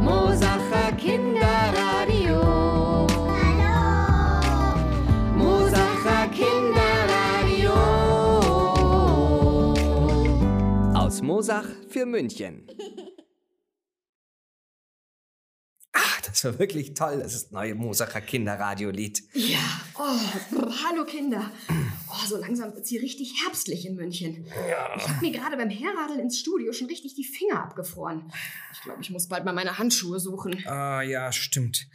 Mosacher Kinderradio. Hallo. Mosacher Kinderradio. Aus Mosach für München. Ach, Ah, das war wirklich toll. Das ist das neue Mosacher Kinderradiolied. Ja, oh, brr, hallo Kinder. Oh, so langsam wird's hier richtig herbstlich in München. Ich habe mir gerade beim Herradeln ins Studio schon richtig die Finger abgefroren. Ich glaube, ich muss bald mal meine Handschuhe suchen. Ah ja, stimmt.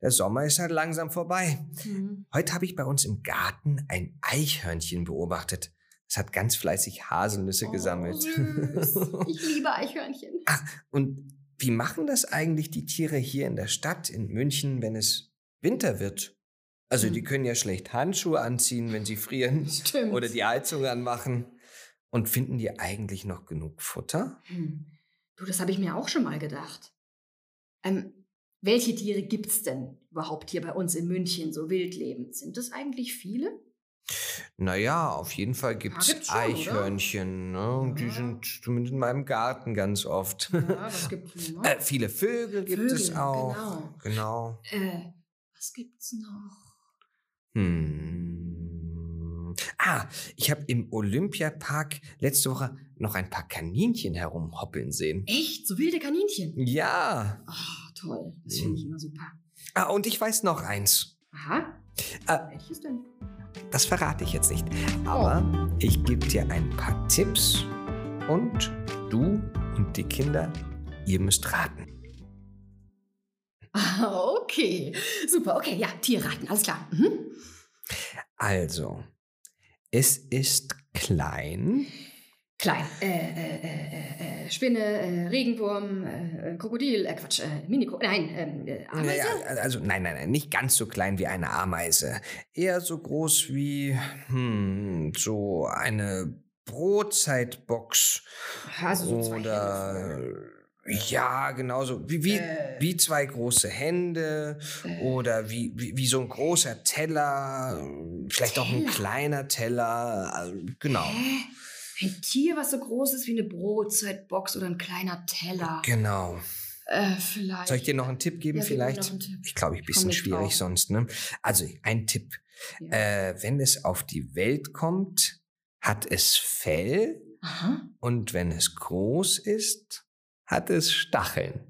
Der Sommer ist halt langsam vorbei. Hm. Heute habe ich bei uns im Garten ein Eichhörnchen beobachtet. Es hat ganz fleißig Haselnüsse gesammelt. Oh, Süß. Ich liebe Eichhörnchen. Und wie machen das eigentlich die Tiere hier in der Stadt, in München, wenn es Winter wird? Also die können ja schlecht Handschuhe anziehen, wenn sie frieren Stimmt. oder die Heizung anmachen. Und finden die eigentlich noch genug Futter? Hm. Du, das habe ich mir auch schon mal gedacht. Ähm, welche Tiere gibt's denn überhaupt hier bei uns in München so wildlebend? Sind das eigentlich viele? Naja, auf jeden Fall gibt es gibt's schon, oder? Eichhörnchen. Ne? Und die Ja. sind zumindest in meinem Garten ganz oft. Ja, was gibt's denn noch? Äh, viele Vögel gibt es Vögel, auch. genau. Genau. Äh, was gibt's noch? Hm. Ah, ich habe im Olympiapark letzte Woche noch ein paar Kaninchen herumhoppeln sehen. Echt? So wilde Kaninchen? Ja. Ah, toll. Mhm. Das finde ich immer super. Ah, und ich weiß noch eins. Aha. Ah. Welches denn? Das verrate ich jetzt nicht. Aber ich gebe dir ein paar Tipps und du und die Kinder, ihr müsst raten. Ah, okay. Super, okay. Ja, Tierraten, alles klar. Mhm. Also, es ist klein. Klein. Äh, äh, äh, äh, äh, Spinne, äh, Regenwurm, äh, äh, Krokodil, äh, Quatsch, äh, Miniko. Nein, ähm, äh, Ameise. Naja, also nein, nein, nein, nicht ganz so klein wie eine Ameise. Eher so groß wie hm, so eine Brotzeitbox. Also so zwei Oder Hände. ja, genauso wie, wie, Äh. wie zwei große Hände oder wie, wie, wie so ein großer Teller, vielleicht auch ein kleiner Teller, also, genau. Hä? Ein Tier, was so groß ist wie eine Brotzeitbox oder ein kleiner Teller. Genau. Äh, vielleicht. Soll ich dir noch einen Tipp geben Ja, gib mir vielleicht? noch einen Tipp. Ich glaube, ich komm bisschen nicht schwierig drauf. sonst, ne? Also, ein Tipp. Ja. Äh, wenn es auf die Welt kommt, hat es Fell Aha. und wenn es groß ist, hat es Stacheln.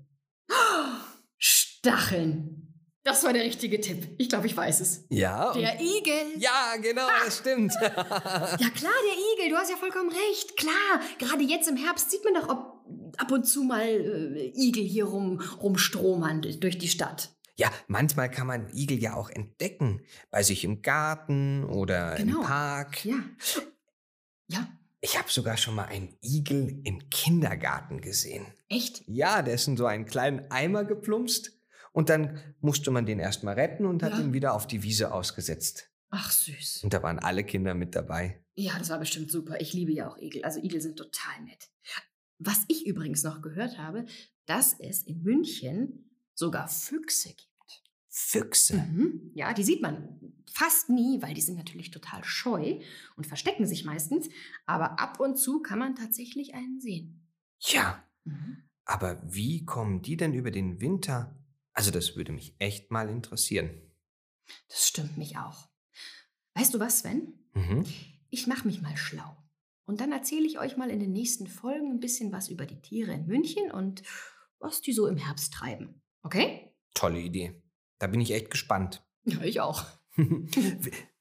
Stacheln. Das war der richtige Tipp. Ich glaube, ich weiß es. Ja. und- Der Igel. Ja, genau, das stimmt. Ja klar, der Igel, du hast ja vollkommen recht. Klar, gerade jetzt im Herbst sieht man doch ob, ab und zu mal äh, Igel hier rum, rumstromern durch die Stadt. ja, manchmal kann man Igel ja auch entdecken. Bei sich im Garten oder Genau. im Park. Ja. Ja, Ich habe sogar schon mal einen Igel im Kindergarten gesehen. echt? Ja, der ist in so einen kleinen Eimer geplumpst und dann musste man den erstmal retten und hat Ja. ihn wieder auf die Wiese ausgesetzt. Ach süß. Und da waren alle Kinder mit dabei. Ja, das war bestimmt super. Ich liebe ja auch Igel. Also Igel sind total nett. Was ich übrigens noch gehört habe, dass es in München sogar Füchse gibt. Füchse. Mhm. Ja, die sieht man fast nie, weil die sind natürlich total scheu und verstecken sich meistens. Aber ab und zu kann man tatsächlich einen sehen. Ja, Mhm. aber wie kommen die denn über den Winter? Also das würde mich echt mal interessieren. Das stimmt mich auch. Weißt du was, Sven? Mhm. Ich mache mich mal schlau. Und dann erzähle ich euch mal in den nächsten Folgen ein bisschen was über die Tiere in München und was die so im Herbst treiben. Okay? Tolle Idee. Da bin ich echt gespannt. Ja, ich auch.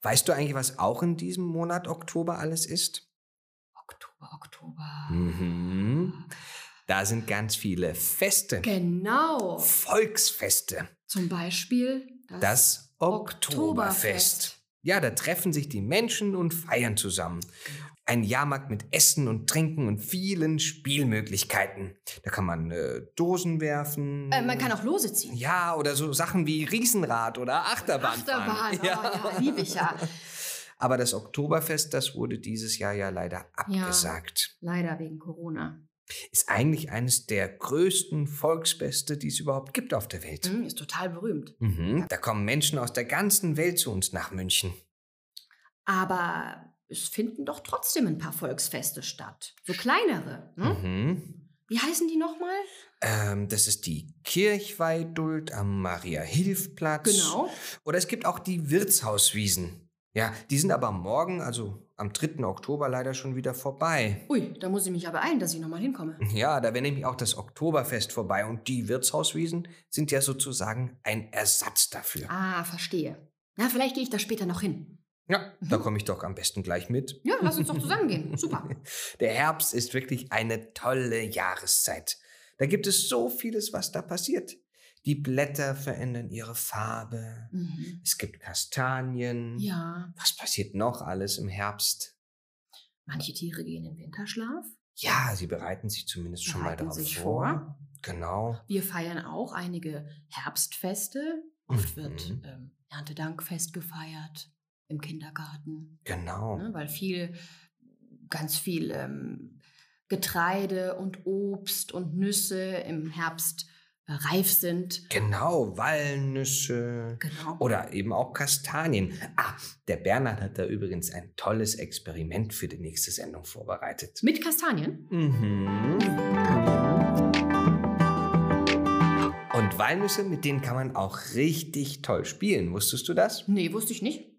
weißt du eigentlich, was auch in diesem Monat Oktober alles ist? Oktober, Oktober. Hm. Mhm. Da sind ganz viele Feste. Genau. Volksfeste. Zum Beispiel Das Oktoberfest. Ja, da treffen sich die Menschen und feiern zusammen. Ein Jahrmarkt mit Essen und Trinken und vielen Spielmöglichkeiten. Da kann man äh, Dosen werfen. Äh, man kann auch lose ziehen. oh, ja, oder so Sachen wie Riesenrad oder Achterbahn. fahren. Achterbahn, oh, ja, lieb ich ja. Aber das Oktoberfest, das wurde dieses Jahr ja leider abgesagt. Leider wegen Corona. Ist eigentlich eines der größten Volksfeste, die es überhaupt gibt auf der Welt. Hm, ist total berühmt. Mhm. Da kommen Menschen aus der ganzen Welt zu uns nach München. Aber es finden doch trotzdem ein paar Volksfeste statt. So kleinere. Hm? Mhm. Wie heißen die nochmal? Ähm, das ist die Kirchweihduld am Maria-Hilf-Platz. Genau. Oder es gibt auch die Wirtshauswiesen. Ja, die sind aber morgen, also am 3. Oktober, leider schon wieder vorbei. Ui, da muss ich mich aber eilen, dass ich nochmal hinkomme. Ja, da wäre nämlich auch das Oktoberfest vorbei und die Wirtshauswiesen sind ja sozusagen ein Ersatz dafür. Ah, verstehe. Na, vielleicht gehe ich da später noch hin. Ja, da mhm. komme ich doch am besten gleich mit. Ja, lass uns doch zusammen gehen. Super. Der Herbst ist wirklich eine tolle Jahreszeit. Da gibt es so vieles, was da passiert. Die Blätter verändern ihre Farbe. Mhm. Es gibt Kastanien. Ja, Was passiert noch alles im Herbst? manche Tiere gehen in Winterschlaf. Ja, sie bereiten sich zumindest schon mal Bereiten darauf sich vor. vor. Genau. Wir feiern auch einige Herbstfeste. Oft wird Mhm. ähm, Erntedankfest gefeiert im Kindergarten, Genau. ne, weil viel, ganz viel ähm, Getreide und Obst und Nüsse im Herbst äh, reif sind. Genau, Walnüsse. Genau. Oder eben auch Kastanien. Ah, der Bernhard hat da übrigens ein tolles Experiment für die nächste Sendung vorbereitet. Mit Kastanien? Mhm. Und Walnüsse, mit denen kann man auch richtig toll spielen. Wusstest du das? Nee, wusste ich nicht.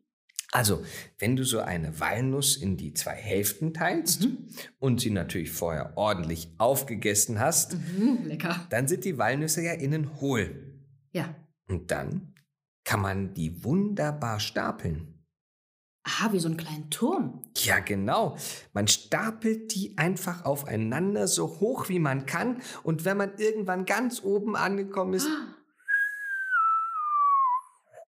Also, wenn du so eine Walnuss in die zwei Hälften teilst Mhm. und sie natürlich vorher ordentlich aufgegessen hast, Mhm, lecker. dann sind die Walnüsse ja innen hohl. Ja. Und dann kann man die wunderbar stapeln. Aha, Ah, wie so einen kleinen Turm. Ja, genau. Man stapelt die einfach aufeinander so hoch wie man kann. Und wenn man irgendwann ganz oben angekommen Ah, ist,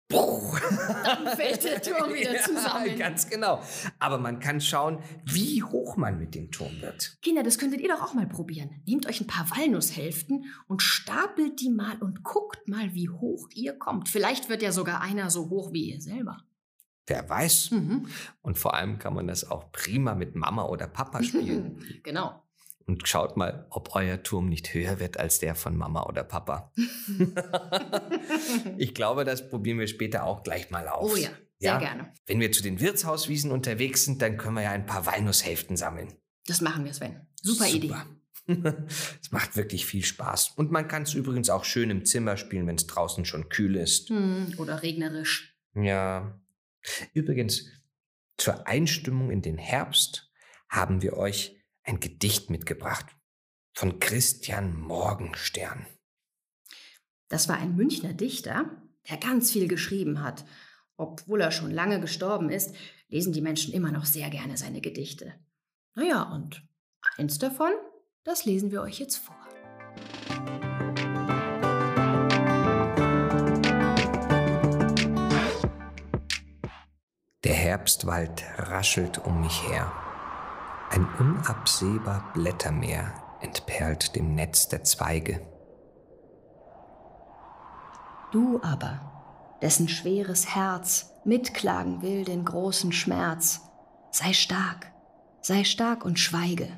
puh, Dann fällt der Turm wieder ja, zusammen. Ganz genau. Aber man kann schauen, wie hoch man mit dem Turm wird. Kinder, das könntet ihr doch auch mal probieren. Nehmt euch ein paar Walnusshälften und stapelt die mal und guckt mal, wie hoch ihr kommt. Vielleicht wird ja sogar einer so hoch wie ihr selber. Wer weiß. Mhm. Und vor allem kann man das auch prima mit Mama oder Papa spielen. Genau. Und schaut mal, ob euer Turm nicht höher wird als der von Mama oder Papa. ich glaube, das probieren wir später auch gleich mal aus. Oh ja, sehr gerne. Wenn wir zu den Wirtshauswiesen unterwegs sind, dann können wir ja ein paar Walnusshälften sammeln. Das machen wir, Sven. Super, Idee. es macht wirklich viel Spaß. Und man kann es übrigens auch schön im Zimmer spielen, wenn es draußen schon kühl ist. Hm, oder regnerisch. Ja. Übrigens, zur Einstimmung in den Herbst haben wir euch ein Gedicht mitgebracht von Christian Morgenstern. Das war ein Münchner Dichter, der ganz viel geschrieben hat. Obwohl er schon lange gestorben ist, lesen die Menschen immer noch sehr gerne seine Gedichte. Naja, und eins davon, das lesen wir euch jetzt vor. Der Herbstwald raschelt um mich her. Ein unabsehbar Blättermeer entperlt dem Netz der Zweige. Du aber, dessen schweres Herz mitklagen will den großen Schmerz, sei stark, sei stark und schweige.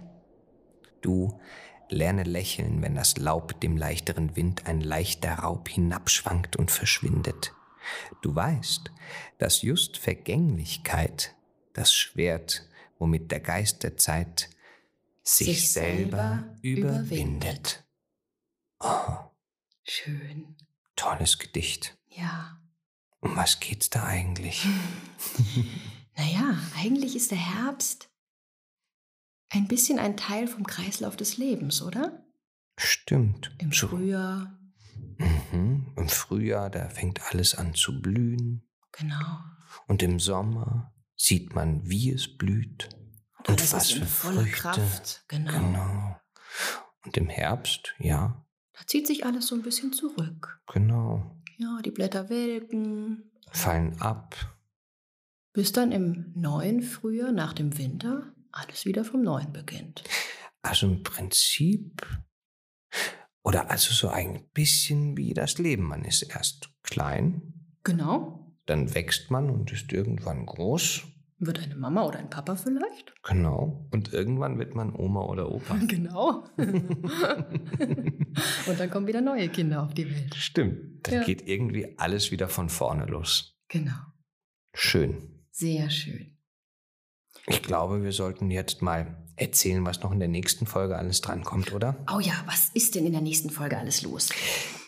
Du lerne lächeln, wenn das Laub dem leichteren Wind ein leichter Raub hinabschwankt und verschwindet. Du weißt, dass just Vergänglichkeit das Schwert, womit der Geist der Zeit sich, Sich selber selber überwindet. Oh, Schön, tolles Gedicht. ja. Um was geht's da eigentlich? Naja, eigentlich ist der Herbst ein bisschen ein Teil vom Kreislauf des Lebens, oder? Stimmt. Im So- Frühjahr, Mhm. Im Frühjahr, da fängt alles an zu blühen. genau. Und im Sommer sieht man, wie es blüht. Und Alles was ist für in voller Früchte. Kraft, genau. Genau. Und im Herbst, ja, Da zieht sich alles so ein bisschen zurück. genau. Ja, die Blätter welken, Fallen ab. bis dann im neuen Frühjahr nach dem Winter alles wieder vom Neuen beginnt. Also im Prinzip. Oder also so ein bisschen wie das Leben. Man ist erst klein, Genau. dann wächst man und ist irgendwann groß. Wird eine Mama oder ein Papa vielleicht? Genau. Und irgendwann wird man Oma oder Opa. Genau. Und dann kommen wieder neue Kinder auf die Welt. Stimmt. Dann Ja. geht irgendwie alles wieder von vorne los. Genau. Schön. Sehr schön. Ich glaube, wir sollten jetzt mal erzählen, was noch in der nächsten Folge alles drankommt, oder? Oh ja, was ist denn in der nächsten Folge alles los?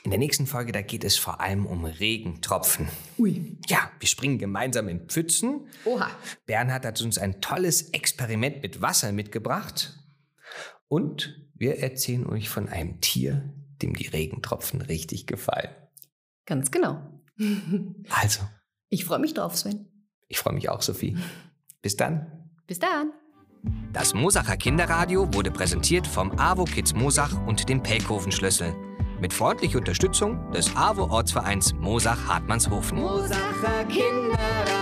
In der nächsten Folge, da geht es vor allem um Regentropfen. Ui. Ja, wir springen gemeinsam in Pfützen. Oha. Bernhard hat uns ein tolles Experiment mit Wasser mitgebracht. Und wir erzählen euch von einem Tier, dem die Regentropfen richtig gefallen. Ganz genau. Also, Ich freue mich drauf, Sven. ich freue mich auch, Sophie. Bis dann. Bis dann. Das Mosacher Kinderradio wurde präsentiert vom AWO Kids Mosach und dem Pelkhofen-Schlüssel. Mit freundlicher Unterstützung des AWO Ortsvereins Mosach-Hartmannshofen. Mosacher Kinderradio.